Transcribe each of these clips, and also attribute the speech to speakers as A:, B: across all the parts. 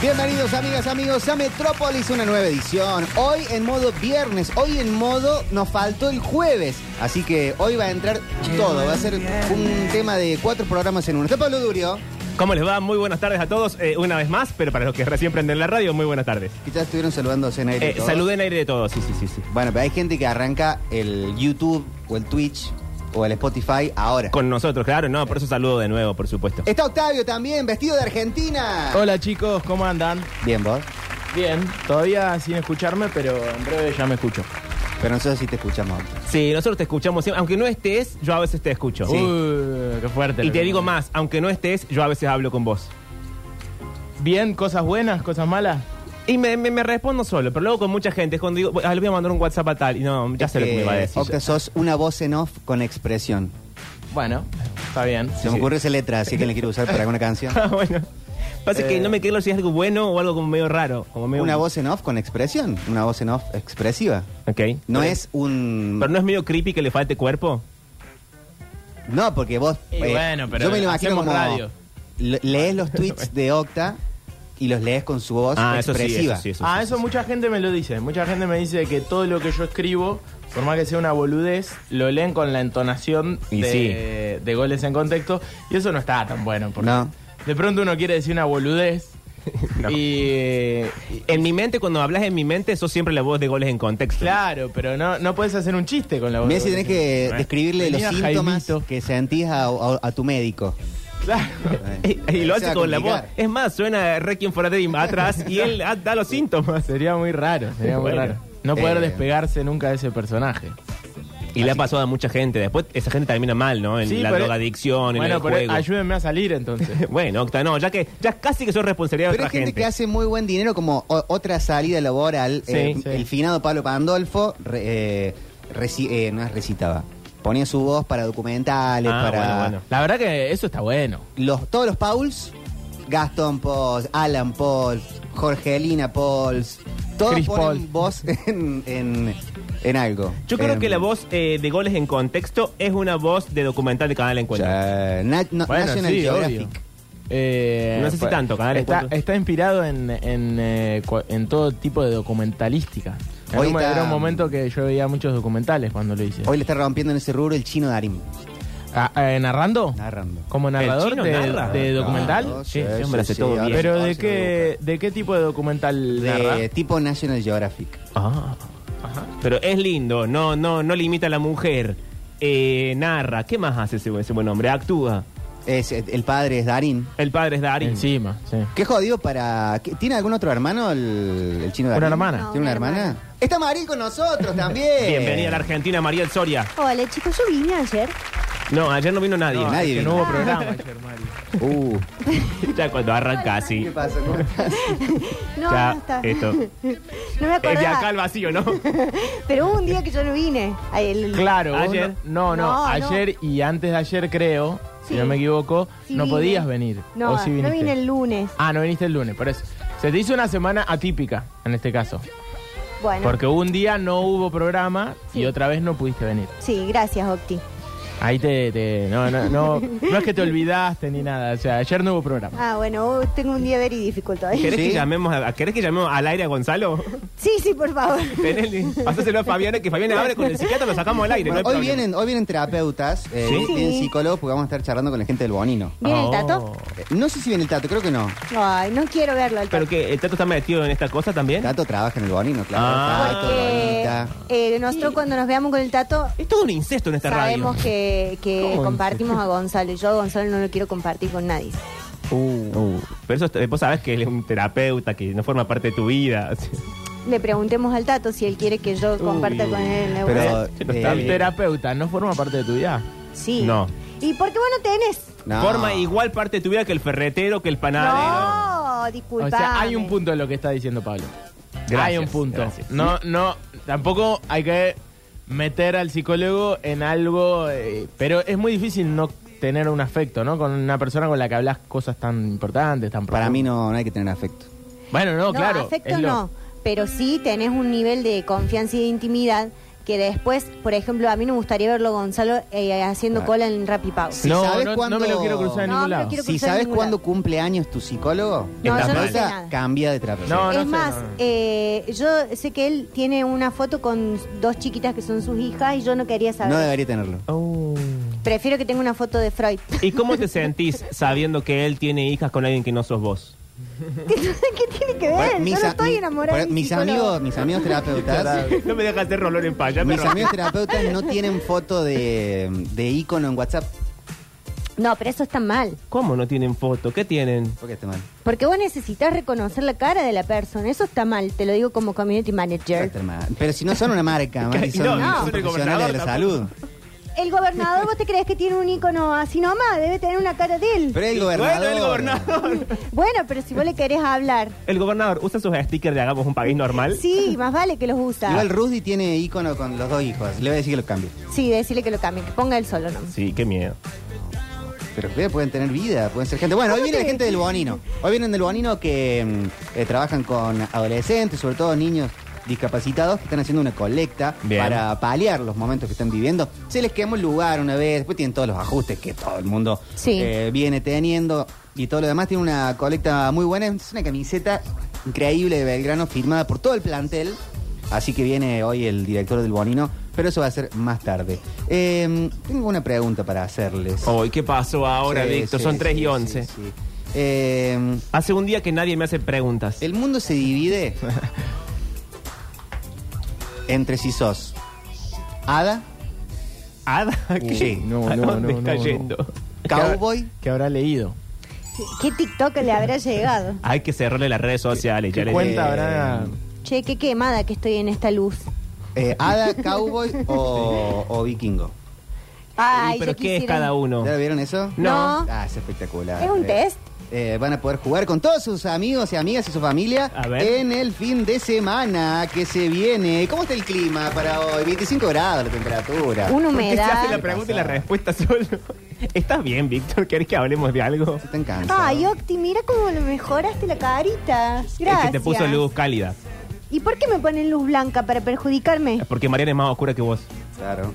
A: Bienvenidos amigas, amigos a Metrópolis, una nueva edición. Hoy en modo viernes, hoy en modo nos faltó el jueves. Así que hoy va a entrar todo, va a ser un tema de cuatro programas en uno. Está Pablo Durio,
B: ¿Cómo les va? Muy buenas tardes a todos, eh, una vez más, pero para los que recién prenden la radio, muy buenas tardes.
A: quizás estuvieron saludándose en aire.
B: Eh,
A: todos.
B: saluden aire de todos, sí, sí, sí, sí.
A: Bueno, pero hay gente que arranca el YouTube o el Twitch o el Spotify ahora.
B: Con nosotros, claro, no, por eso saludo de nuevo, por supuesto.
A: Está Octavio también, vestido de Argentina.
C: Hola chicos, ¿cómo andan?
A: Bien, vos.
C: Bien, todavía sin escucharme, pero en breve ya me escucho.
A: Pero nosotros sí te escuchamos.
B: Sí, nosotros te escuchamos siempre, aunque no estés, yo a veces te escucho.
A: Sí.
C: Uy, qué fuerte.
B: Y
C: lo
B: te
C: que
B: digo
C: me-
B: más, aunque no estés, yo a veces hablo con vos.
C: Bien, cosas buenas, cosas malas.
B: Y me, me- me respondo solo, pero luego con mucha gente es cuando digo, ah, le voy a mandar un WhatsApp a tal, y no, ya sé lo que me va a decir.
A: Octa, sos una voz en off con expresión.
C: Bueno, está bien.
A: Se me ocurre esa letra, así que la quiero usar para alguna canción.
B: Ah, bueno. Pasa que
C: Eh.
B: no me quedo si es algo bueno o algo como medio raro. Como medio...
A: Una voz en off con expresión, una voz en off expresiva.
B: Ok.
A: No
B: Pero-
A: es un...
B: Pero no es medio creepy que le falte cuerpo.
A: No, porque vos... eh,
C: Y bueno, pero
A: yo me lo imagino
C: hacemos
A: como...
C: radio.
A: le- Lees los tweets de Octa y los lees con su voz
B: Ah, eso sí,
A: expresiva.
B: eso sí, eso sí,
C: Ah,
B: sí,
C: eso
B: sí.
C: mucha gente me lo dice. Mucha gente me dice que todo lo que yo escribo, por más que sea una boludez, lo leen con la entonación
B: Y
C: de, de goles en contexto. Y eso no está tan bueno. Porque
A: No.
C: De pronto uno quiere decir una boludez.
B: No.
C: Y,
B: En mi mente, cuando hablas en mi mente, sos siempre la voz de goles en contexto.
C: Claro, pero no, no puedes hacer un chiste con la boludez.
A: Messi, tenés que
B: Bueno.
A: describirle los
C: Venía
A: síntomas
C: Jaimito.
A: que sentís a, a- a tu médico. Eh,
C: Claro.
B: Y, y lo
A: Se va
B: hace
A: a
B: con la voz.
A: complicar.
B: Es más, suena Requiem for a Dream atrás y él ah, da los síntomas.
C: Sería muy raro, sería muy
B: Bueno.
C: raro. No poder
A: Eh.
C: despegarse nunca de ese personaje.
B: Y le ha pasado a mucha gente. Después, esa gente termina mal, ¿no? En la
C: pero-
B: drogadicción, en
C: bueno,
B: el
C: pero
B: juego.
C: ayúdenme a salir entonces.
B: Bueno, Octa, no, ya que ya casi que sos responsabilidad
A: Pero
B: de
A: hay
B: otra
A: gente,
B: gente.
A: que hace muy buen dinero, como o- otra salida laboral.
C: Sí,
A: Eh,
C: sí.
A: El finado Pablo Pandolfo re- eh, reci- eh, no es recitaba. Ponía su voz para documentales,
B: Ah,
A: para
B: bueno, bueno.
C: La verdad que eso está bueno.
A: los, todos los Pauls, Gastón Pauls, Alan Pauls, Jorgelina Pauls, todos
C: Chris
A: ponen
C: Paul.
A: voz en, en, en algo. Em,
B: Yo creo
A: En-
B: que la voz eh, de goles en contexto es una voz de documental de Canal
A: O
B: Encuentro.
A: sea, Na- no-
C: Bueno,
A: National
C: sí,
A: Geographic.
C: obvio. Eh,
B: No sé si
C: pues,
B: tanto, cada vez
C: está,
B: cuento.
C: está inspirado en, en, eh, cua- en todo tipo de documentalística. A
A: Hoy
C: mí me
A: está-
C: era un momento que yo veía muchos documentales cuando lo hice.
A: Hoy le está rompiendo en ese rubro el chino Darim.
C: Ah, eh, ¿Narrando?
A: Narrando.
C: ¿Como narrador
B: chino
C: de,
B: narra?
C: de documental?
A: Narrador,
B: Ah, Sí, ese hombre hace todo
A: ahora sí,
B: bien.
C: ¿Pero
A: ahora
C: de
A: sí
C: qué, de qué tipo de documental
A: me
C: narra?
A: gusta. De tipo National Geographic.
B: Ah. Pero es lindo, no, no, no limita a la mujer. Eh, narra, ¿qué más hace ese, ese buen hombre? Actúa.
A: Es, eh, el padre es Darín.
B: El padre es Darín.
C: Encima, Eh, sí.
A: Qué jodido para... ¿qué- ¿Tiene algún otro hermano el, el chino
C: Una
A: Darín?
C: hermana.
A: ¿Tiene una
D: Una
A: hermana?
D: hermana.
A: Está Maril con nosotros también.
B: Bienvenida a la Argentina, Mariel Soria.
D: Hola Oh, chicos, yo vine ayer.
B: No, ayer no vino nadie.
A: No, nadie
C: Que
A: vino.
C: no hubo programa ayer, Mario.
A: Uh,
B: Ya cuando arranca así.
A: ¿Qué pasa? ¿Cómo estás?
D: No,
B: ya,
D: no está.
B: esto.
D: No me
B: Es de acá
D: acordaba.
B: al vacío, ¿no?
D: Pero hubo un día que yo no vine. Ay, el-
C: Claro, vos
B: Ayer.
C: No, no,
D: No,
C: no, ayer y antes de ayer creo, si
D: Sí.
C: no me equivoco,
D: Sí
C: no
D: vine.
C: podías venir.
D: No,
C: ¿O sí
D: no
C: viniste?
D: vine el lunes.
C: Ah, no viniste el lunes, por eso. Se te hizo una semana atípica en este caso,
D: Bueno.
C: porque un día no hubo programa y
D: Sí.
C: otra vez no pudiste venir.
D: Sí, gracias, Octi.
C: Ahí te, te- no, no, no, no es que te olvidaste ni nada, o sea, ayer no hubo programa.
D: Ah, bueno, hoy tengo un día very difícil todavía.
B: ¿Querés,
A: Sí.
B: que llamemos a- ¿Querés que llamemos al aire a Gonzalo?
D: Sí, sí, por favor.
B: Tenés- Pasáselo a Fabiana, que Fabiana abre con el psiquiatra, lo sacamos al aire.
A: Bueno,
B: no hay
A: hoy,
B: problema.
A: vienen, hoy vienen terapeutas, eh,
B: ¿Sí?
A: vienen
D: Sí.
A: psicólogos, porque vamos a estar charlando con la gente del Bonino.
D: ¿Viene el
B: Oh.
D: tato?
A: Eh, No sé si viene el Tato, creo que no.
B: ¿Eh?
D: Ay, no quiero verlo al
B: Pero
D: tato.
B: que el Tato está metido en esta cosa también.
A: Tato trabaja en el Bonino, claro.
B: Ah.
A: Tato,
D: Porque
A: Bonita.
D: eh, nosotros cuando nos veamos con el tato.
B: Es todo un incesto en esta
D: Sabemos
B: radio.
D: que, que
C: ¿Cómo?
D: compartimos a Gonzalo. y Yo a Gonzalo no lo quiero compartir con nadie.
A: Uh.
B: Pero eso está- vos sabés que él es un terapeuta que no forma parte de tu vida.
D: Le preguntemos al Tato si él quiere que yo comparta
B: Uy,
D: con él. la
A: Pero,
B: Sí, pero
A: eh,
B: está
C: El
B: bien.
C: terapeuta no forma parte de tu vida.
D: Sí.
B: No.
D: ¿Y por qué vos no tenés?
A: no.
B: Forma igual parte de tu vida que el ferretero, que el panadero.
D: No, disculpa.
C: O sea, hay un punto en lo que está diciendo Pablo.
B: Gracias,
C: hay un punto.
B: gracias.
C: No, no, tampoco hay que meter al psicólogo en algo, eh, pero es muy difícil no tener un afecto, ¿no? Con una persona con la que hablas cosas tan importantes, tan
A: Para
C: profundas.
A: mí no, no hay que tener afecto.
C: Bueno, no,
D: No,
C: claro.
D: afecto
C: es lo-
D: no. Pero sí tenés un nivel de confianza y de intimidad que después, por ejemplo, a mí no me gustaría verlo a Gonzalo eh,
C: Ah.
D: haciendo
A: Claro.
D: cola en Rappi Pago.
A: Sí. Si
C: no,
A: sabes
C: no,
A: cuándo-
C: no me lo quiero cruzar en
D: No, me lo
C: ningún lado.
D: quiero
A: Si
D: cruzar
A: sabes
D: ningún
A: cuándo
D: lado.
A: cumple años tu psicólogo,
D: No,
B: Está
D: yo no
B: mal.
D: sé nada.
A: cambia de trapo.
C: No,
D: es
C: sé,
D: más,
C: no, no.
D: eh, yo sé que él tiene una foto con dos chiquitas que son sus hijas y yo no quería saber.
A: No debería tenerlo.
B: Oh.
D: Prefiero que tenga una foto de Freud.
B: ¿Y cómo te sentís sabiendo que él tiene hijas con alguien que no sos vos?
D: ¿Qué tiene que ver?
A: Bueno,
D: yo no
A: a-
D: estoy enamorada. de
A: bueno,
D: un
A: mis
D: psicólogo.
A: amigos, mis amigos terapeutas,
B: no me dejas hacer rolón en paya,
A: mis
B: perro.
A: amigos terapeutas no tienen foto de, de icono en WhatsApp.
D: No, pero eso está mal.
B: ¿Cómo no tienen foto? ¿Qué tienen?
A: ¿Por qué está mal?
D: Porque vos necesitas reconocer la cara de la persona. Eso está mal, te lo digo como community manager.
A: Está mal. Pero si no son una marca, Mari, son,
B: No,
A: son
D: no, son el
A: profesionales de la salud.
D: El gobernador, ¿vos te crees que tiene un icono así nomás? Debe tener una cara de él.
A: Pero el
B: Bueno,
A: gobernador.
B: el gobernador.
D: Bueno, pero si vos le querés hablar.
B: El gobernador usa sus stickers de Hagamos un país normal.
D: Sí, más vale que los usa.
A: Igual Rusdi tiene icono con los dos hijos. Le voy a decir que lo cambie.
D: Sí, decirle que lo cambie, que ponga él solo nomás.
B: Sí, qué miedo.
A: Pero ustedes pueden tener vida, pueden ser gente. Bueno, hoy viene la gente del Bonino. Hoy vienen del Bonino que mm, eh, trabajan con adolescentes, sobre todo niños discapacitados, que están haciendo una colecta
B: Bien.
A: para paliar los momentos que están viviendo. Se les quemó el lugar una vez, después tienen todos los ajustes que todo el mundo
D: Sí.
A: eh, viene teniendo y todo lo demás. Tiene una colecta muy buena, es una camiseta increíble de Belgrano firmada por todo el plantel. Así que viene hoy el director del Bonino, pero eso va a ser más tarde. Eh, tengo una pregunta para hacerles.
B: Hoy, ¿qué pasó ahora,
A: Sí,
B: Víctor?
A: sí,
B: Son
A: sí,
B: 3
A: sí,
B: y 11.
A: sí, sí. Eh,
B: Hace un día que nadie me hace preguntas.
A: el mundo se divide entre si sos hada,
B: ¿Ada? ¿Qué?
A: Sí.
C: No,
B: ¿A
C: no,
B: dónde
C: no,
B: está
C: no,
B: yendo?
A: cowboy
C: Que habrá leído.
D: Sí, ¿Qué TikTok le habrá llegado?
B: Hay que cerrarle las redes sociales. ya
C: ¿Qué
B: les
C: cuenta
B: digo.
C: habrá?
D: Che, qué quemada que estoy en esta luz.
A: eh, hada, cowboy o, o vikingo.
D: Ay,
B: ¿Pero
D: yo
B: qué es
D: quisiera-
B: cada uno?
A: ¿Ya lo vieron eso?
D: No.
A: Ah, es espectacular.
D: ¿Es un
A: Eh,
D: test?
A: eh, van a poder jugar con todos sus amigos y amigas y su familia
B: A ver.
A: en el fin de semana que se viene. ¿Cómo está el clima para hoy? 25 grados la temperatura.
D: Una
B: ¿Por qué se hace la
D: humedad.
B: pregunta y la respuesta solo? ¿Estás bien, Víctor? ¿Querés que hablemos de algo?
A: Están cansados.
D: Ay, Octi, mira cómo le mejoraste la carita. Gracias.
B: Es que te puso luz cálida.
D: ¿Y por qué me ponen luz blanca para perjudicarme?
B: Porque Mariana es más oscura que vos.
A: Claro.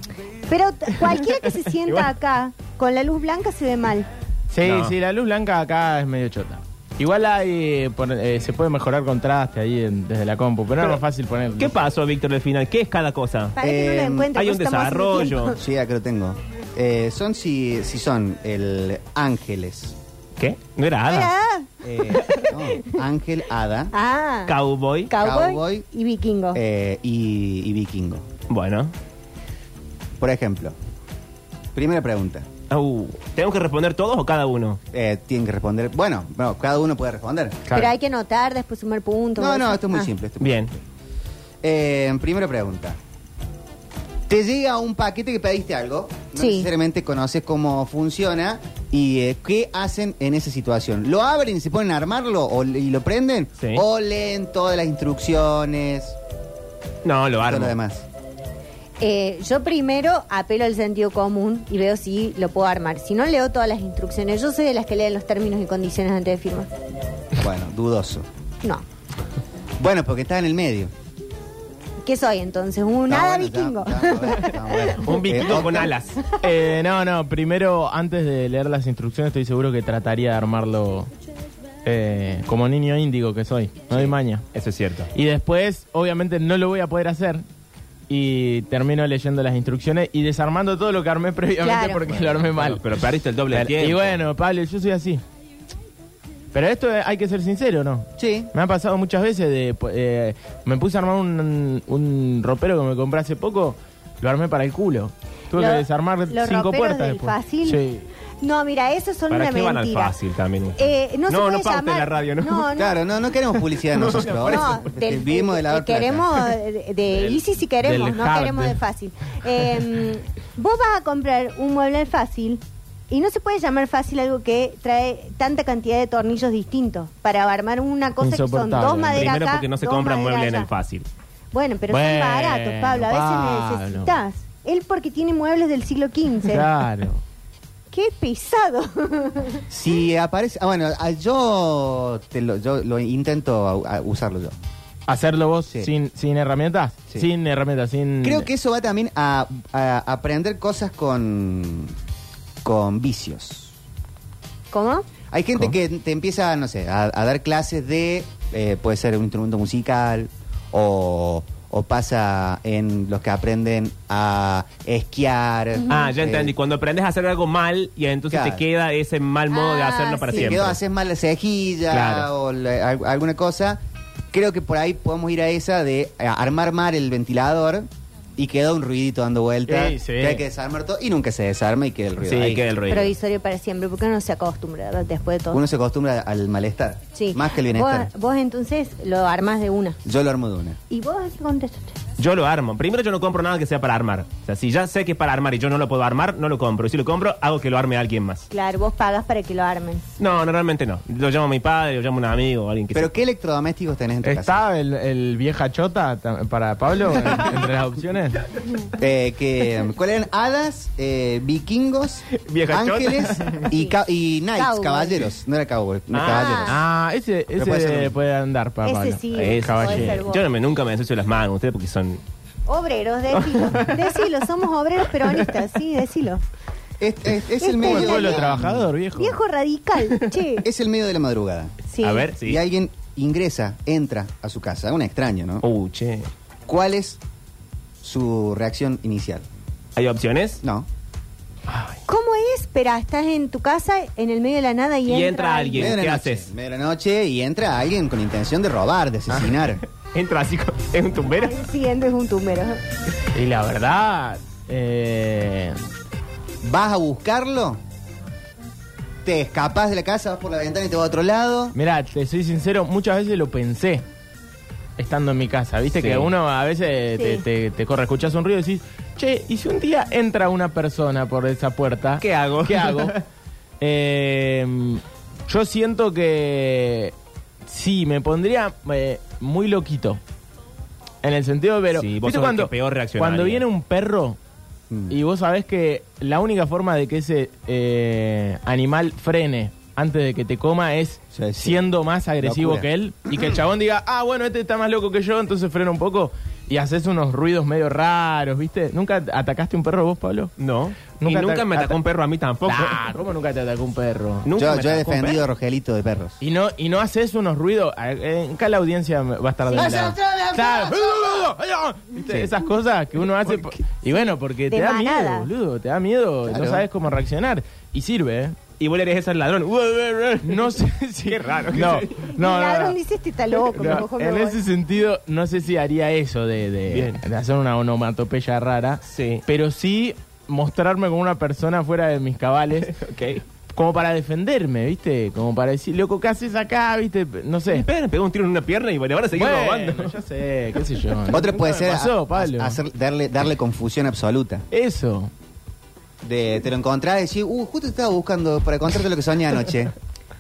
D: Pero t- cualquiera que se
B: Igual.
D: sienta acá con la luz blanca se ve mal.
C: Sí,
B: No.
C: sí, la luz blanca acá es medio chota. Igual hay, por- eh, se puede mejorar contraste ahí en- desde la compu, pero, no
B: Pero,
C: es fácil poner.
B: ¿Qué pasó, Víctor, al final? ¿Qué es cada cosa?
D: Para que no
A: Eh,
D: lo encuentre.
B: hay
D: pues
B: un
D: estamos haciendo
B: desarrollo.
D: tiempo.
A: Sí, acá lo tengo. Eh, son si, si son el ángeles.
B: ¿Qué? No era Ada.
D: Ah,
A: eh, no, ángel, hada
D: ah.
B: Cowboy.
D: cowboy,
A: Cowboy.
D: y vikingo.
A: eh, y, y vikingo.
B: Bueno.
A: Por ejemplo, primera pregunta.
B: Au. ¿Tenemos que responder todos o cada uno?
A: Eh, tienen que responder. Bueno, no, cada uno puede responder.
D: Pero hay que anotar, después sumar puntos.
A: No,
D: eso.
A: no, esto es muy
D: Ah.
A: simple. esto es muy
B: Bien.
A: simple. Eh, primera pregunta. Te llega un paquete que pediste algo, no
D: Sí.
A: necesariamente conoces cómo funciona y eh, qué hacen en esa situación. ¿Lo abren y se ponen a armarlo o, y lo prenden?
B: Sí.
A: ¿O leen todas las instrucciones?
B: No, lo
A: Todo
B: armo.
A: lo demás.
D: Eh, yo primero apelo al sentido común y veo si lo puedo armar. Si no, leo todas las instrucciones. Yo soy de las que leen los términos y condiciones antes de firmar.
A: Bueno, dudoso.
D: No.
A: Bueno, porque está en el medio.
D: ¿Qué soy entonces? Un
A: Está
D: hada
A: bueno, está-
D: vikingo.
A: está bueno, está bueno.
B: Un
A: Eh,
B: vikingo
A: Octa-
B: con alas.
C: Eh, no, no, primero, antes de leer las instrucciones, estoy seguro que trataría de armarlo eh, como niño índigo que soy. No hay maña.
B: Eso es cierto.
C: Y después, obviamente, no lo voy a poder hacer. Y termino leyendo las instrucciones y desarmando todo lo que armé previamente
D: Claro.
C: porque lo armé mal.
B: Pero perdiste el doble de
C: Pero-
B: tiempo.
C: y bueno, Pablo, yo soy así. Pero esto eh, hay que ser sincero, ¿no?
A: Sí.
C: Me ha pasado muchas veces de... po- eh, me puse a armar un, un ropero que me compré hace poco, lo armé para el culo. Tuve
D: Lo-
C: que desarmar
D: los
C: cinco
D: roperos
C: puertas
D: del
C: después.
D: fácil.
C: Sí.
D: No, mira, eso son
B: ¿Para
D: una
B: qué van al
D: mentira.
B: fácil también?
D: Eh, no, se
B: No, no
D: puede
B: pauten
D: llamar-
B: la radio, ¿no?
A: Claro, no, no queremos publicidad nosotros.
D: No,
A: Este,
D: del-
A: vivimos de
D: que
A: la
D: queremos de, de Easy si queremos,
C: del
D: no
C: hard.
D: queremos de fácil. Eh, vos vas a comprar un mueble al fácil y no se puede llamar fácil algo que trae tanta cantidad de tornillos distintos para armar una cosa que son
C: Insoportable.
D: dos maderas
B: Primero
D: acá,
B: porque no se
D: dos
B: compran
D: maderas
B: muebles en
D: allá.
B: el fácil.
D: Bueno, pero son
C: Bueno,
D: baratos, Pablo. A veces
C: Pablo.
D: necesitas. Él porque tiene muebles del siglo XV.
C: Claro.
D: Qué pesado.
A: Si aparece. Ah, bueno, ah, yo, te lo, yo lo intento a- a usarlo yo.
C: ¿Hacerlo vos
A: Sí.
C: sin, sin herramientas?
A: Sí.
C: Sin
B: Mm.
C: herramientas, sin...
A: Creo que eso va también a, a aprender cosas con, con vicios.
D: ¿Cómo?
A: Hay gente
C: ¿Cómo?
A: que te empieza, no sé, a, a dar clases de, eh, puede ser un instrumento musical, o, o pasa en los que aprenden a esquiar.
B: Ah, ya
A: Eh,
B: entendí. Cuando aprendes a hacer algo mal y entonces
A: Claro.
B: te queda ese mal modo de
D: Ah,
B: hacerlo para
D: sí.
A: te
B: siempre.
A: quedó, haces mal la cejilla
B: Claro.
A: o la- al- alguna cosa. Creo que por ahí podemos ir a esa de eh, armar mal el ventilador y queda un ruidito dando vuelta.
C: Sí, sí.
A: Que hay que desarmar todo y nunca se desarma y queda el ruido.
B: Sí,
A: ahí.
B: queda el ruido.
D: Provisorio para siempre, porque uno se acostumbra ¿verdad? después de todo.
A: Uno se acostumbra al malestar,
D: Sí.
A: más que el bienestar.
D: Vos, vos entonces lo armás de una.
A: Yo lo armo de una.
D: ¿Y vos qué contestaste?
B: Yo lo armo. Primero yo no compro nada que sea para armar. O sea, si ya sé que es para armar y yo no lo puedo armar, no lo compro. Y si lo compro, hago que lo arme alguien más.
D: Claro, vos pagas para que lo armen.
B: No, normalmente no. Lo llamo a mi padre, lo llamo a un amigo, o alguien que
A: ¿Pero
B: sea.
A: qué electrodomésticos tenés en tu casa?
C: ¿Está el, el vieja chota ta- para Pablo en- entre las opciones?
A: Eh, que, ¿Cuál eran? Hadas, eh, vikingos,
B: Vieja chota.
A: ángeles y, ca- y knights,
D: Cowboy.
A: caballeros. No era cowboy, no
B: Ah.
A: caballeros.
C: Ah, ese,
A: Pero puede ser
C: ese
A: un-
C: puede andar para
D: Ese
C: Pablo. Eh,
D: sí, ese puede ser
C: caballero.
D: vos.
B: Yo no me, nunca me ensucio las manos, ustedes porque son...
D: Obreros, decilo. decilo, somos obreros peronistas, sí, decilo.
A: Es, es- es el
D: Este
A: medio de
D: es el
A: la-
C: pueblo trabajador, viejo.
D: Viejo radical, che.
A: Es el medio de la madrugada.
D: Sí.
B: A ver, sí.
A: Y alguien ingresa, entra a su casa. Un extraño, ¿no?
B: Uh, che.
A: ¿Cuál es su reacción inicial?
B: ¿Hay opciones?
A: No.
D: ¿Cómo es? Espera, estás en tu casa, en el medio de la nada y,
B: Y entra alguien.
A: Medio de
B: ¿qué
A: la noche.
B: haces?
A: Medio de la noche y entra alguien con intención de robar, de asesinar.
B: Ah. Entra así, con- es un tumbero.
D: El siguiente es un túmero.
C: Y la verdad, eh,
A: ¿Vas a buscarlo? ¿Te escapas de la casa, vas por la ventana y te vas a otro lado?
C: mira, te soy sincero, muchas veces lo pensé estando en mi casa. Viste
B: Sí.
C: que uno a veces te,
D: Sí.
C: te- te corre, escuchas un ruido y decís, che, ¿y si un día entra una persona por esa puerta?
B: ¿Qué hago?
C: ¿Qué hago? Eh, yo siento que sí, me pondría eh, muy loquito. En el sentido, pero.
B: Sí, vos sos
C: ¿viste
B: el
C: cuando,
B: que peor reaccionaría?
C: cuando viene un perro
A: Mm.
C: y vos sabés que la única forma de que ese eh, animal frene antes de que te coma es
A: Sí, sí.
C: siendo más agresivo
A: Locura.
C: que él y que el chabón diga, ah, bueno, este está más loco que yo, entonces frena un poco y haces unos ruidos medio raros, ¿viste? ¿Nunca atacaste un perro vos, Pablo?
B: No.
C: Nunca
B: y nunca
C: ataca-
B: me atacó un perro a mí tampoco.
C: Ah, ¿Cómo nunca te atacó un perro?
B: Nunca
A: Yo,
B: me
A: yo he
B: atacó un
A: defendido a Rogelito de perros.
C: Y no, y no haces unos ruidos. a- eh, Acá la audiencia va a estar de mi lado. Claro. ¿Viste? Esas cosas que uno hace. po- Y bueno, porque te
D: De
C: da
D: manada.
C: miedo, boludo. Te da miedo.
A: Claro.
C: No sabes cómo reaccionar. Y sirve, ¿eh?
B: Y vos le eres ese ladrón.
C: No sé si.
B: Qué raro que
C: No,
B: sea.
C: no,
D: el
C: no,
D: ladrón
C: no.
D: dice, este está loco,
C: No,
D: me mojó, me
C: en
D: voy".
C: ese sentido, no sé si haría eso de, de-
B: Bien.
C: de hacer una onomatopeya rara,
B: Sí.
C: pero sí mostrarme como una persona fuera de mis cabales,
B: Ok.
C: como para defenderme, ¿viste? Como para decir, loco, ¿qué haces acá? ¿Viste? No
B: El
C: sé.
B: perro le pegó un tiro en una pierna y le van a seguir
C: Bueno,
B: robando.
C: ya sé, qué sé yo.
A: Otra puede
C: Me
A: ser a-
C: pasó,
A: a-
C: Pablo.
A: hacer- darle, darle confusión absoluta.
C: Eso.
A: De, te lo encontrás y decís, uh, justo estaba buscando para contarte lo que soñé anoche.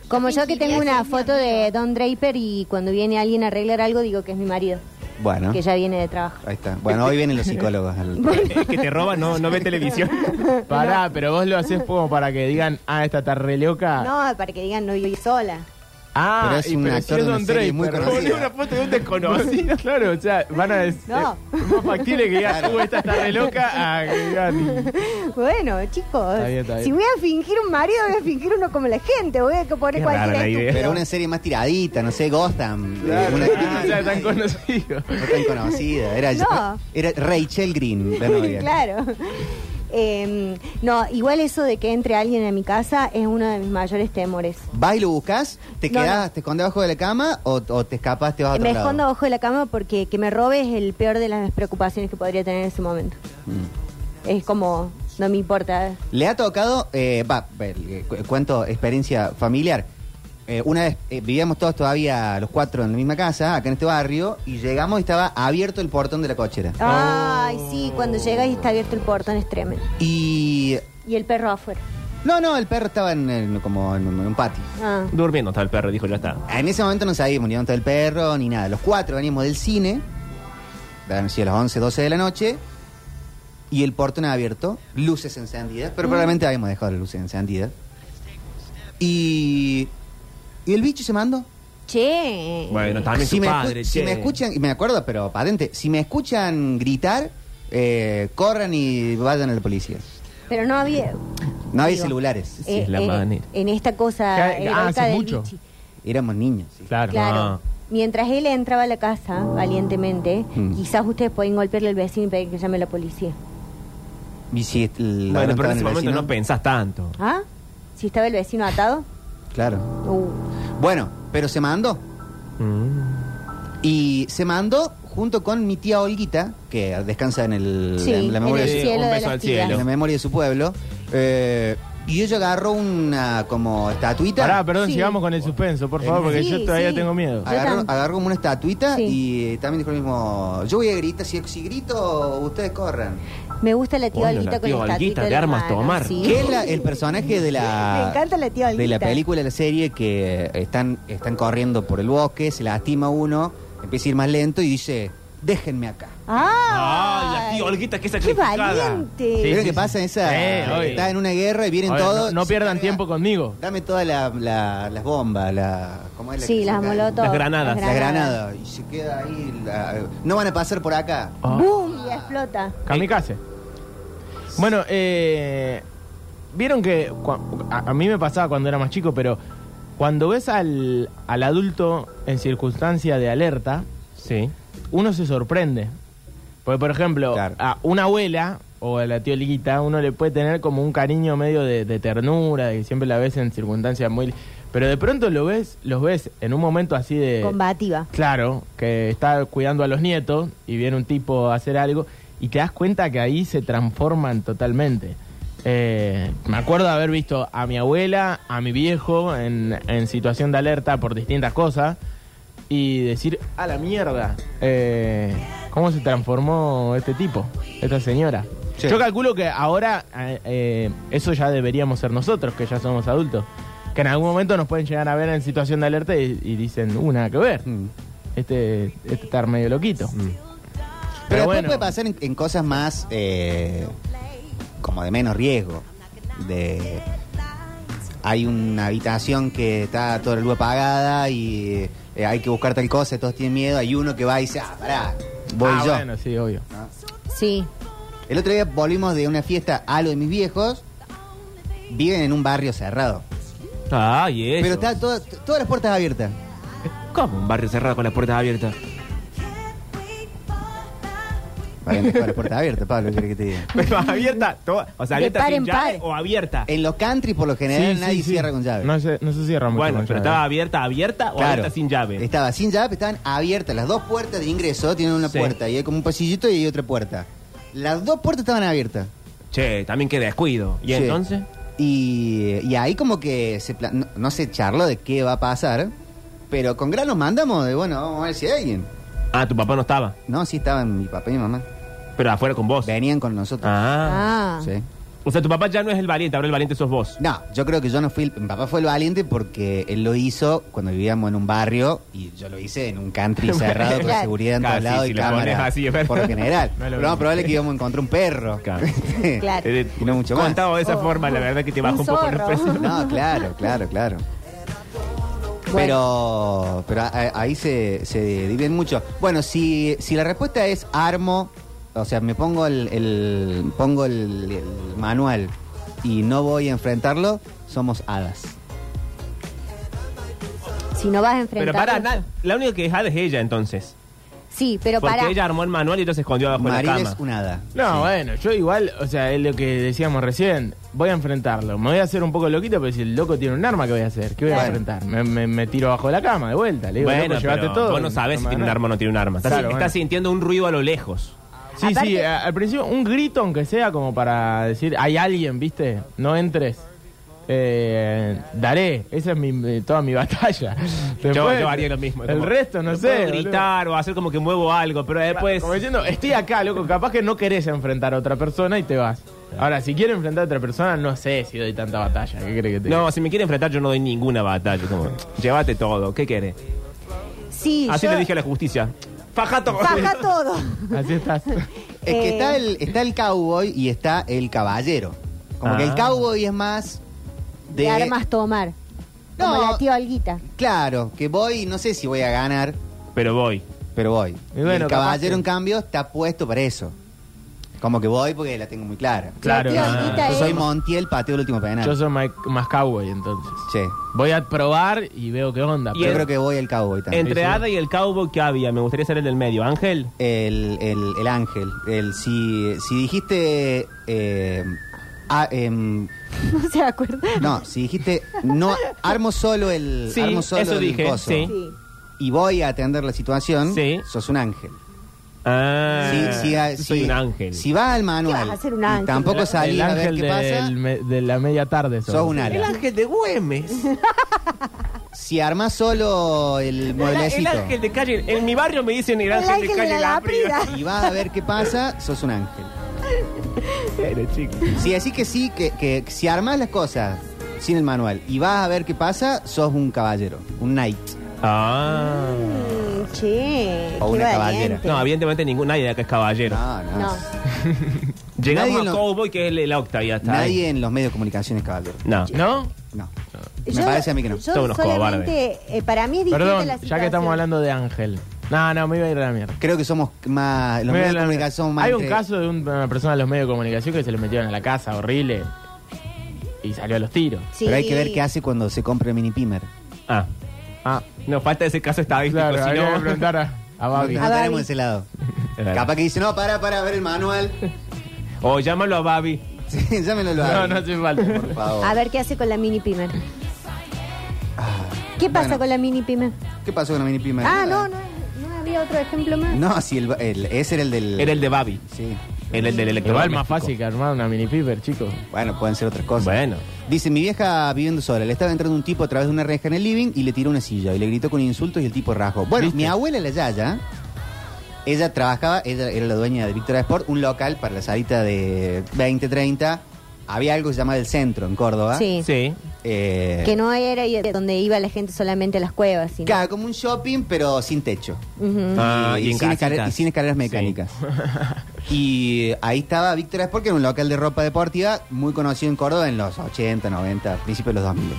D: Como yo que tengo una foto de Don Draper y cuando viene alguien a arreglar algo digo que es mi marido,
A: Bueno,
D: que ya viene de trabajo.
A: ahí está. Bueno, hoy vienen los psicólogos. al-
B: El que te roba no, no ve televisión.
C: Pará, pero vos lo haces como para que digan, ah, esta está re loca.
D: No, para que digan no yo sola.
C: Ah,
A: Pero es
C: y-
A: un
C: si
A: actor de una
C: Don
A: serie muy
C: Draper,
A: conocida.
C: pone una foto de un desconocido. claro, o sea, van a decir.
D: No.
C: Es más factible que digan, "Uh, esta está re loca. a que digan,
D: Bueno, chicos,
C: Está bien, está bien.
D: si voy a fingir un marido, voy a fingir uno como la gente, voy a poner
B: Qué
D: cualquier
B: rara la idea.
A: Pero una serie más tiradita, no sé, Gotham. eh, una
C: "Ah, ya están conocidos.
A: No tan conocida. Era,
D: No.
A: era Rachel Green, la novia.
D: claro. Em, no, igual eso de que entre alguien en mi casa es uno de mis mayores temores.
A: ¿Vas y lo buscas? ¿Te
D: No,
A: quedás,
D: no.
A: te escondes abajo de la cama o, o te escapas, te vas a otro
D: Me
A: lado?
D: escondo abajo de la cama porque que me robe es el peor de las preocupaciones que podría tener en ese momento.
A: Mm.
D: Es como, no me importa.
A: Le ha tocado, eh, va, eh, cu- cuento experiencia familiar. Eh, una vez eh, vivíamos todos todavía los cuatro en la misma casa, acá en este barrio, y llegamos y estaba abierto el portón de la cochera.
D: Ay, sí,
A: Oh.
D: cuando llegas y está abierto el portón es tremendo.
A: Y.
D: Y el perro afuera.
A: No, no, el perro estaba en, el- como en, un- en un patio.
D: Ah.
B: Durmiendo estaba el perro, dijo, ya está.
A: En ese momento no sabíamos ni dónde estaba el perro ni nada. Los cuatro venimos del cine, eran así a las 11, 12 de la noche, y el portón abierto, luces encendidas, pero probablemente habíamos dejado las luces encendidas. Y. Y el bicho se mandó.
D: Che.
B: Bueno, también
A: si
B: tu
A: me, escu-
B: padre,
A: si
B: che.
A: me escuchan, y me acuerdo, pero patente, si me escuchan gritar, eh, corran y vayan a la policía.
D: Pero no había.
A: No había
D: Digo, eh,
A: celulares,
B: Sí, es la manera.
D: En esta cosa.
C: Ya,
D: heroica
C: ah, hace
D: del
C: mucho.
D: bichi.
A: éramos niños. sí.
C: Claro.
D: Claro.
B: Ah.
D: Mientras él entraba a la casa, valientemente,
A: Mm.
D: quizás ustedes pueden golpearle al vecino y pedir que llame a la policía.
A: Y si el- la
B: Bueno,
A: gran
B: pero en
A: estaba
B: ese
A: el
B: momento
A: vecino,
B: no pensás tanto.
D: ¿Ah? Si estaba el vecino atado.
A: Claro.
D: Uh.
A: Bueno, pero se mandó.
B: Mm.
A: Y se mandó junto con mi tía Olguita, que descansa en, el,
D: Sí,
A: en la memoria
D: en
A: de
D: el
A: su-
B: Sí,
D: cielo
B: un
D: de
B: beso
D: las
B: al
D: tiras.
A: en
B: cielo.
A: la memoria de su pueblo. eh, y ella agarró una como estatuita.
C: Pará, perdón,
D: Sí.
C: sigamos con el suspenso, por favor, porque
D: Sí,
C: yo todavía
D: sí.
C: tengo miedo.
D: Ah.
A: agarró,
D: Yo tam-
A: agarró como una estatuita
D: Sí.
A: y eh, también dijo lo mismo. Yo voy a gritar, si, si grito, ustedes corran.
D: Me gusta la tía
B: Bueno,
D: Olguita
B: la
D: con
B: tía
D: el
B: Olguita,
D: estatuto
B: de
D: en la
B: armas
D: mano,
B: tomar.
D: sí.
A: Que es la- el personaje de la.
D: Me encanta la tía Olguita.
A: De la película, la serie, que eh, están, están corriendo por el bosque, se lastima uno, empieza a ir más lento y dice: Déjenme acá.
D: ¡Ah!
B: Ay, la tía Olguita, qué
D: ¡Qué
B: sacrificada.
D: valiente!
C: Sí,
A: ¿Vieron
C: sí,
A: qué
C: sí.
A: pasa en esa?
C: Eh, oye.
A: está en una guerra y vienen
C: Ahora,
A: todos.
C: no, no
A: se
C: pierdan
A: carga-
C: tiempo conmigo.
A: Dame todas la- la- las bombas, la, ¿cómo es la
D: Sí,
A: que
D: las
A: sacan?
D: molotov.
B: Las granadas.
A: Las granadas. Y se queda ahí. la- no van a pasar por acá.
C: Ah.
D: ¡Bum! Y explota.
C: Kamikaze. Bueno, eh, vieron que cua- a, a mí me pasaba cuando era más chico, pero cuando ves al, al adulto en circunstancia de alerta,
B: Sí.
C: uno se sorprende. Porque, por ejemplo,
A: Claro.
C: a una abuela o a la tía Liguita, uno le puede tener como un cariño medio de, de ternura, de que siempre la ves en circunstancias muy... Pero de pronto lo ves, los ves en un momento así
B: Eh.
C: de...
D: Combativa.
C: Claro, que está cuidando a los nietos y viene un tipo a hacer algo y te das cuenta que ahí se transforman totalmente. Eh, me acuerdo de haber visto a mi abuela, a mi viejo en, en situación de alerta por distintas cosas y decir, a la mierda, eh, ¿cómo se transformó este tipo, esta señora?
A: Sí.
C: Yo calculo que ahora eh, eh, eso ya deberíamos ser nosotros, que ya somos adultos. Que en algún momento nos pueden llegar a ver en situación de alerta y, y dicen, uh, nada que ver.
A: Mm.
C: Este, este estar medio loquito.
B: Mm.
A: Pero,
C: Pero
A: después
C: bueno.
A: puede pasar en, en cosas más. eh, como de menos riesgo. De. Hay una habitación que está toda la luz apagada y eh, hay que buscar tal cosa, todos tienen miedo. Hay uno que va y dice, ah, pará, voy
C: Ah,
A: yo.
C: bueno, sí, obvio.
D: Sí.
A: El otro día volvimos de una fiesta a lo de mis viejos. Viven en un barrio cerrado.
B: Ay, eso.
A: Pero está todo- todas las puertas abiertas.
B: ¿Cómo? Un barrio cerrado con las puertas abiertas.
A: Bueno, todas las puertas abiertas, Pablo, ¿qué querés que te diga?
B: Pero abierta, toda- o sea,
D: De
B: abierta
D: par
B: sin
D: en
B: llave
D: par.
B: o abierta.
A: En los country, por lo general,
C: Sí, sí,
A: nadie
C: sí.
A: cierra con llave.
C: No se, no se cierra mucho
B: bueno,
C: con
B: pero
C: llave.
B: estaba abierta, abierta o abierta sin llave.
A: Estaba sin llave, estaban abiertas. Las dos puertas de ingreso tienen una
B: Sí.
A: puerta y hay como un pasillito y hay otra puerta. Las dos puertas estaban abiertas.
B: Che, también qué descuido. ¿Y
A: Sí.
B: entonces?
A: Y, y ahí como que se pla- no, no se charló de qué va a pasar, pero con gran nos mandamos de, bueno, vamos a ver si hay alguien.
B: Ah, tu papá no estaba,
A: No, sí estaban mi papá y mi mamá.
B: pero afuera con vos.
A: Venían con nosotros.
B: Ah.
D: Ah.
A: Sí.
B: O sea, tu papá ya no es el valiente, ahora el valiente sos vos.
A: No, yo creo que yo no fui. el- Mi papá fue el valiente porque él lo hizo cuando vivíamos en un barrio y yo lo hice en un country cerrado con
D: Claro.
A: seguridad en
B: Claro,
A: todos lados
B: sí,
A: y
B: si lo pones
A: cámaras.
B: así, es verdad.
A: por lo general.
C: No lo
A: lo
C: veo.
A: más probable es que íbamos a encontrar un perro.
B: Claro.
D: Claro.
B: Eh,
A: Y no mucho más.
B: Contado de esa
D: Oh,
B: forma, la verdad que te
D: un
B: baja un, poco los
D: zorro.
B: precios.
A: No, claro, claro, claro. Pero, pero a- a- ahí se, se dividen mucho. Bueno, si, si la respuesta es armo, o sea, me pongo el, el- pongo el, el manual y no voy a enfrentarlo, somos hadas.
D: Si no vas a
B: Pero
D: enfrentar.
B: pará, na- la única que dejada es ella entonces.
D: Sí, pero
B: Porque
D: para.
B: ella armó el manual y ella se escondió abajo de la
A: Marina
B: cama.
A: es un hada.
C: No, bueno, yo igual, o sea, es lo que decíamos recién. Voy a enfrentarlo. Me voy a hacer un poco loquito, pero si el loco tiene un arma, ¿qué voy a hacer? ¿Qué voy a
A: Claro.
C: enfrentar? Me, me- me tiro abajo de la cama, de vuta. Le digo,
B: bueno,
C: loco,
B: pero
C: llévate todo.
B: vos no sabés si
C: me
B: tiene un
C: nada.
B: arma o no tiene un arma. Estás,
C: Claro,
B: estás
C: bueno.
B: sintiendo un ruido a lo lejos.
C: Sí, sí,
D: Aparte-
C: a- al principio un grito, aunque sea como para decir, hay alguien, ¿viste? No entres. Eh, daré, esa es mi- mi- toda mi batalla.
B: yo,
C: Después,
B: yo haría lo mismo.
C: El
B: como,
C: resto, no sé.
B: Puedo
C: boludo.
B: gritar o hacer como que muevo algo, pero después.
C: Como diciendo, estoy acá, loco, capaz que no querés enfrentar a otra persona y te vas. Ahora, si quiero enfrentar a otra persona, no sé si doy tanta batalla. ¿Qué crees que te diga?
B: No, si me quiere enfrentar, yo no doy ninguna batalla. Como, llévate todo, ¿qué querés?
D: Sí,
B: Así
D: yo-
B: le dije "Oh". a la justicia. Faja todo.
D: Baja todo.
C: Así estás.
A: Es que
D: Eh,
A: está el, está el cowboy y está el caballero. Como que el
B: Ah.
A: cowboy es más
D: De...
A: de,
D: armas tomar. Como
A: No.
D: la tía Olguita.
A: Claro, que voy, no sé si voy a ganar,
B: Pero voy.
A: pero voy.
C: Y bueno,
A: Y el
C: capaz
A: caballero,
C: que-
A: en cambio, está puesto para eso. Como que voy porque la tengo muy clara.
C: Claro,
D: La tía
B: Ah,
C: no,
D: Olguita
C: no,
A: Yo
D: es-
A: soy Montiel, pateo el último penal.
C: Yo soy Mike- más cowboy entonces.
A: Che,
C: Voy a probar y veo qué onda.
B: Y
A: yo
B: el-
A: creo que voy el cowboy también.
B: Entre
C: sí.
B: Ada y el Cowboy, que había? Me gustaría ser el del medio. Ángel.
A: El, el, el ángel. El, si, si dijiste... eh, ah, em,
D: No se acuerda.
A: no, si dijiste... No, armo solo el...
B: Sí,
A: armo solo
B: eso
A: el
B: dije,
A: coso.
B: sí.
D: Sí.
A: Y voy a atender la situación.
B: Sí.
A: Sos un ángel.
B: Ah,
A: Sí, sí, ah,
B: soy
A: sí.
B: un ángel.
A: Si va al manual.
D: ¿Qué vas a ser un
A: y
D: ángel?
A: Tampoco
D: El-
A: salís
C: el
A: a ver
C: ángel
A: qué pasa.
C: del me- de la media tarde.
A: Sos
C: soy.
A: un
B: El
A: ala.
B: ángel de Güemes.
A: Si armás solo el
B: El
A: mueblecito
B: ángel de calle. En mi barrio me dicen el
D: El
B: ángel,
D: ángel
B: de calle
D: de la
B: la
D: Láprida.
A: y vas a ver qué pasa, sos un ángel.
B: Pero, chico.
A: Si decís que sí, que, que si armás las cosas sin el manual y vas a ver qué pasa, sos un caballero, un knight.
B: Ah.
D: Mm, Che,
A: O
D: qué
A: una
D: valiente.
B: No, evidentemente ningún, nadie de acá es caballero.
A: No, no.
D: No.
B: Llegamos
A: Nadie
B: a
A: lo-
B: Cowboy, que es el, el octa, y ya está.
A: Nadie en los medios de comunicación es caballero.
B: No.
C: ¿No?
A: No. Me
D: Yo-
A: parece a mí que no.
D: Yo
B: Todos unos
D: solamente, eh, para mí es distinta
C: Perdón,
D: la
C: ya
D: situación.
C: que estamos hablando de Ángel. No, no, me iba a ir a la mierda.
A: Creo que somos más. Los
C: Me iba
A: medios de
C: a ir a la
A: comunicación son
C: mierda.
A: más.
C: Hay un
A: entre-
C: caso de un- una persona de los medios de comunicación que se le metieron a la casa, horrible, y salió a los tiros.
D: Sí.
A: Pero hay que ver qué hace cuando se compra el mini pimer.
B: Ah.
C: Ah,
B: No, falta ese caso estadístico.
C: claro,
B: si
C: habría que
B: no,
C: preguntar a, a
A: No,
C: Babi.
A: no
D: A Babi.
A: tenemos ese lado.
B: Es verdad.
A: Capaz que dice, no, para, para, a ver el manual.
B: O llámalo a Babi.
A: Sí, llámelo lo
C: No, no hace falta.
A: Por favor.
D: A ver qué hace con la mini pimer. ¿Qué pasa
A: bueno.
D: con la mini pimer?
A: Ah, ¿Qué pasó con la mini pimer?
D: Ah,
A: Nada.
D: no, no, no había otro ejemplo más.
A: No, sí, el, el- ese era el del.
B: Era el de Babi.
A: Sí.
B: Era el del
C: Igual
B: electoral.
C: más fácil que armar una mini piper, chicos.
A: Bueno, pueden ser otras cosas.
B: Bueno.
A: Dice, mi vieja viviendo sola, le estaba entrando un tipo a través de una reja en el living y le tiró una silla y le gritó con insultos y el tipo rajó. Bueno, mi abuela, la Yaya, ella trabajaba, ella era la dueña de Victoria Sport, un local para la salita de 20, 30. Había algo que se llamaba El Centro en Córdoba.
D: Sí.
B: Sí.
A: Eh,
D: Que no era ahí donde iba la gente solamente a las cuevas, sino.
A: claro, como un shopping, pero sin techo.
D: Ujú.
B: Ah, y,
A: sin
B: en casitas.
A: escalera- y sin escaleras mecánicas. y eh, ahí estaba Víctor Sport, que era un local de ropa deportiva muy conocido en Córdoba en los 80, 90, principios de los 2000.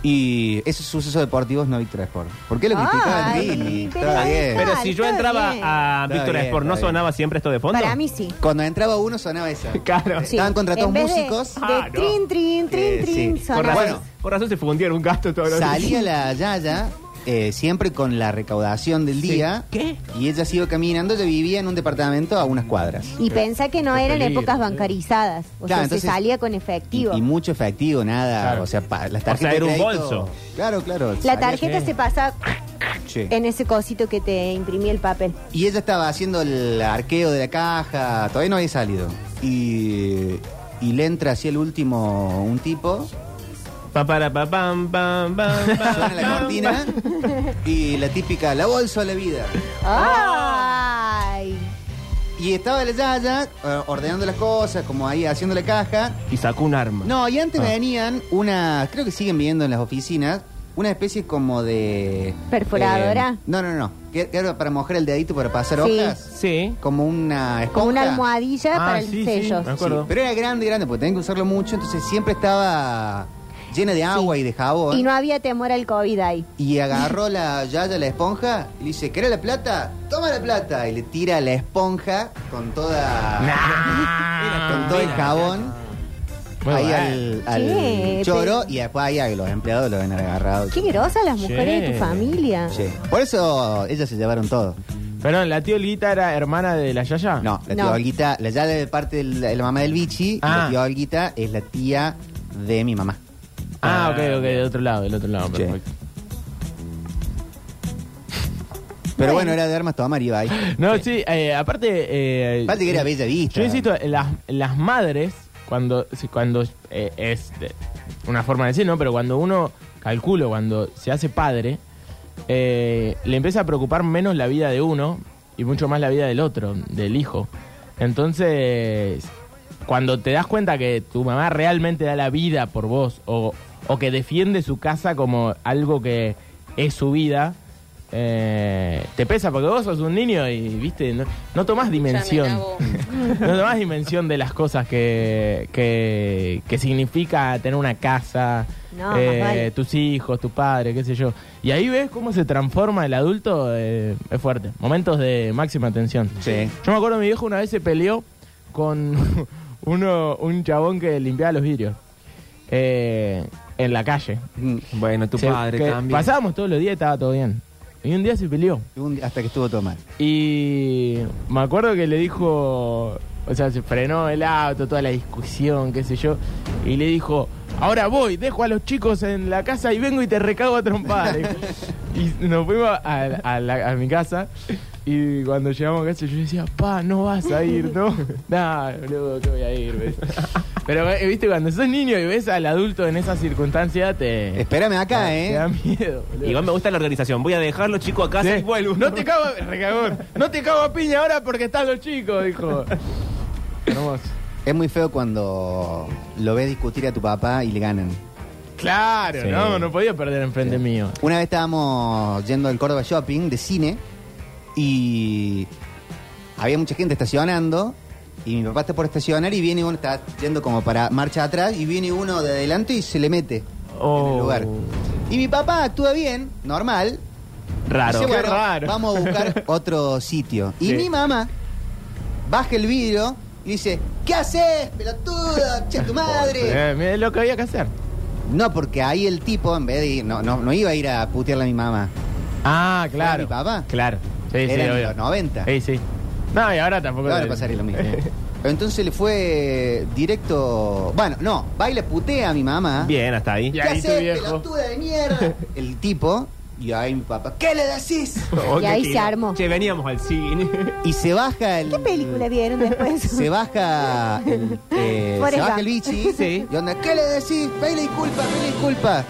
A: Y esos sucesos deportivos no Víctor Sport. ¿Por qué lo criticaban?
D: Ay,
A: Rini?
D: pero
A: Está
D: ahí
A: bien.
B: Pero
D: Claro,
B: si yo
D: está
B: entraba
D: bien.
B: a
A: Está
B: Víctor
A: bien,
B: Sport, ¿no
A: está bien.
B: sonaba siempre esto de fondo?
D: Para mí sí.
A: Cuando entraba uno sonaba esa.
B: Claro.
D: Sí.
A: Estaban contratados
D: En vez de-
A: músicos.
D: De,
B: Ah, no.
D: trin, trin, trin,
A: Eh,
D: trin.
A: sí.
B: Por
D: sonaba.
B: razón,
A: Bueno.
B: por razón se fundieron un gasto todo lo
A: Salía la Yaya, eh, siempre con la recaudación del día.
B: ¿Qué?
A: Y ella siguió caminando, ella vivía en un departamento a unas cuadras.
D: Y pensá que no
C: Qué
D: eran
C: peligro,
D: épocas
C: eh.
D: bancarizadas.
A: Claro,
D: O sea,
A: entonces-
D: se salía con efectivo.
A: Y, y mucho efectivo, nada.
C: Claro.
A: O sea, pa- las
B: sea,
A: tarjetas de
B: era un
A: crédito-
B: bolso.
A: Claro, claro.
D: la
A: salía-
D: tarjeta
C: sí.
D: se pasa
A: Sí.
D: en ese cosito que te imprimía el papel.
A: Y ella estaba haciendo el arqueo de la caja, todavía no había salido. Y, y le entra así el último un tipo,
B: Pa, para, pa, pam, pam, pam, pam,
A: suena la
B: pam,
A: cortina y la típica, la bolsa o la vida. Ah.
D: ¡Ay!
A: Y estaba la Yaya eh, ordenando las cosas, como ahí haciendo la caja.
B: pam. Y sacó un arma.
A: No, y antes
B: Ah.
A: venían unas, creo que siguen viendo en las oficinas, una especie como de...
D: ¿Perforadora?
A: eh, no, no, no, que, que era para mojar el dedito para pasar
D: Sí.
A: hojas.
B: Sí.
A: Como una esponja.
D: Como una almohadilla
C: Ah,
D: para el
C: sí, sí.
D: sello.
C: Me acuerdo.
A: Sí, pero era grande, grande, porque tenían que usarlo mucho, entonces siempre estaba llena de agua y de jabón.
D: Y
A: Y,
D: no había temor al COVID ahí.
A: agarró la Yaya la esponja y le dice, ¿querés la plata? Toma la plata. Y le tira la esponja con toda.
C: Ah,
A: con todo el jabón.
C: Muy
A: ahí
C: bueno.
A: al, al
D: Che,
A: choro
D: pero-
A: y después ahí a los empleados lo ven agarrado.
D: Qué grosas las mujeres de
C: Che.
D: tu familia.
A: Sí. Por eso ellas se llevaron todo.
C: Perdón, ¿la tía Olguita era hermana de la Yaya?
A: No, la tía
D: No.
A: Olguita, la Yaya es parte de la, de la mamá del bichi y la
C: Ah.
A: tía Olguita es la tía de mi mamá.
C: Ah, ok, ok, del otro lado, del otro lado,
A: Sí.
C: perfecto.
A: Pero bueno, era de armas tomar iba ahí.
C: No, sí, eh, aparte... eh,
A: Aparte que era Bella Vista.
C: Yo insisto, las, las madres, cuando, si- cuando eh, es de- una forma de decir, ¿no? Pero cuando uno, calculo, cuando se hace padre, eh, le empieza a preocupar menos la vida de uno y mucho más la vida del otro, del hijo. Entonces, cuando te das cuenta que tu mamá realmente da la vida por vos o, o que defiende su casa como algo que es su vida, eh, te pesa porque vos sos un niño y, viste, no, no tomás dimensión.
E: Nabo.
C: no tomás dimensión de las cosas que, que, que significa tener una casa,
D: No,
C: eh,
D: más vale.
C: tus hijos, tu padre, qué sé yo. Y ahí ves cómo se transforma el adulto, eh, es fuerte. Momentos de máxima tensión.
A: Sí.
C: Yo me acuerdo mi viejo una vez se peleó con uno, un chabón que limpiaba los vidrios eh, en la calle.
A: Mm,
B: Bueno, tu
C: Se-
B: padre
C: que
B: también.
C: Pasábamos todos los días y estaba todo bien. Y un día se peleó.
A: un día- hasta que estuvo todo mal.
C: Y me acuerdo que le dijo, o sea, se frenó el auto, toda la discusión, qué sé yo, y le dijo, ahora voy, dejo a los chicos en la casa y vengo y te recago a trompadas. Le dijo. y nos fuimos a, a la- a mi casa y cuando llegamos a casa yo decía, pa, no vas a ir, ¿no? nah, boludo, que voy a ir, ¿ves? Pero, eh, viste, cuando sos niño y ves al adulto en esa circunstancia, te...
A: Espérame acá,
C: Te da
A: ¿eh?
C: miedo, boludo.
B: Igual me gusta la organización. Voy a dejar los chicos a casa
C: Sí.
B: y vuelvo.
C: No te cago, a- recagón. No te cago a piña ahora porque están los chicos, dijo. Hermoso.
A: Es muy feo cuando lo ves discutir a tu papá y le ganan.
C: Claro,
B: Sí.
C: no, no podía perder enfrente mío.
A: Una vez estábamos yendo al Córdoba Shopping de cine y había mucha gente estacionando y mi papá está por estacionar y viene uno, está yendo como para marcha atrás y viene uno de adelante y se le mete en el
C: Oh.
A: lugar. Y mi papá actúa bien, normal.
B: Raro.
A: Dice,
C: qué
A: bueno,
C: raro.
A: Vamos a buscar otro sitio. Y
C: Sí.
A: mi mamá baja el vidrio y dice, ¿qué haces, pelotudo? Che, tu madre.
C: Eh, mira lo que había que hacer.
A: No, porque ahí el tipo, en vez de ir, no, no, no iba a ir a putearle a mi mamá.
C: Ah, claro.
A: ¿Era mi papá?
C: Claro. Sí,
A: Era
C: sí,
A: en
C: obvio.
A: los 90.
C: Sí, sí. No, y ahora tampoco.
A: Ahora
C: le-
A: pasaría lo mismo. Entonces le fue directo. Bueno, no, va y le putea a mi mamá.
B: Bien, hasta ahí.
C: Y
A: ¿Qué
C: ahí tu
A: haces,
C: viejo.
A: pelotuda de mierda? El tipo, y ahí mi papá, ¿qué le decís?
B: Oh,
D: Y
B: qué
D: ahí
B: kilo.
D: se armó.
B: Che, veníamos al cine.
A: Y se baja el.
D: ¿Qué película vieron después?
A: Se baja el, eh,
D: Forrest
A: se baja el
D: Gump.
A: bichi y onda, ¿qué le decís? Pele disculpa, pele disculpa.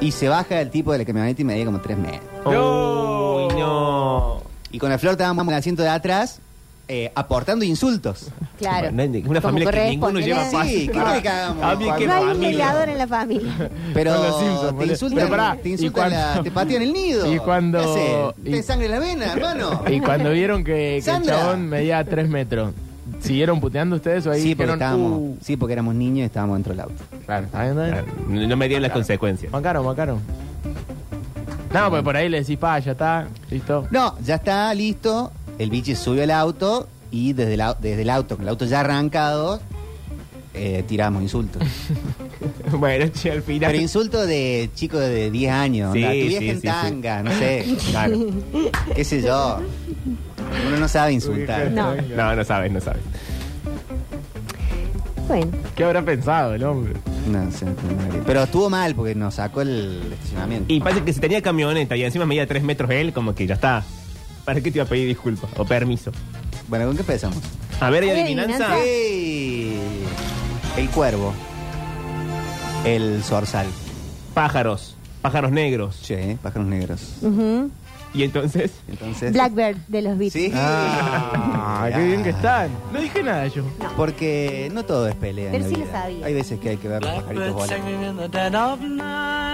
A: Y se baja el tipo de la camioneta y me dio como tres meses.
C: oh.
B: No. no.
A: Y con la flor estábamos en el asiento de atrás, eh, aportando insultos.
D: Claro.
B: Una
D: Como
B: familia que ninguno
D: corresponde,
B: lleva
D: ¿eh?
B: paz.
A: Sí, ¿qué quiere que hagamos?
B: Ah, bien,
A: Juan?
B: qué
D: No hay un
B: familia.
D: mediador en la familia.
A: Pero
C: Con los Simpsons,
A: te
C: boludo.
A: insultan,
C: Pero pará,
A: te
C: ¿y
A: insultan
C: cuando-
A: la- te patean el nido.
C: y cuando-
A: ¿Qué haces?
C: y-
A: Te dan sangre en la vena, hermano.
C: Y cuando vieron que, que el
A: Sandra.
C: chabón medía 3 metros, ¿siguieron puteando ustedes o ahí
A: Sí, porque
C: dijeron,
A: estábamos,
C: "Uh"?
A: sí, porque éramos niños y estábamos dentro del auto.
C: Claro, ¿está bien, está bien?
B: No me dieron las consecuencias.
C: Macaro, Macaro. No, pues por ahí le decís, pa, ya está, listo.
A: No, ya está listo. El bichi subió al auto y desde el, au- desde el auto, con el auto ya arrancado, eh, tiramos insultos.
B: Bueno, che, al final.
A: Pero insultos de chicos de 10 años.
B: Sí,
A: onda, tu
B: sí,
A: vieja en
B: sí, sí.
A: tanga, no sé.
B: Claro.
A: ¿Qué sé yo? Uno no sabe insultar.
D: No.
B: No, no sabes, no sabes.
D: Bueno,
C: ¿Qué habrá pensado el hombre?
A: No, se- no, Pero estuvo mal porque nos sacó el estacionamiento.
B: Y pasa que si tenía camioneta y encima medía 3 metros él, como que ya está. ¿Para qué te iba a pedir disculpas o permiso?
A: Bueno, ¿con qué empezamos?
B: A ver, ¿hay
D: ¿Hay
C: Ah.
B: adivinanza?
D: adivinanza?
A: ¡Ey! El cuervo. El zorzal.
B: Pájaros. Pájaros negros.
A: Che, pájaros negros.
D: ujú.
B: Y entonces.
A: Entonces.
D: Blackbird de los Beatles.
A: Sí.
C: Ah, qué bien que están. No dije nada yo.
A: Porque no todo es pelea. en
D: Pero
A: la
D: sí lo
A: vida.
D: sabía.
A: Hay veces que hay que ver los pajaritos volar.
F: in the dead of night.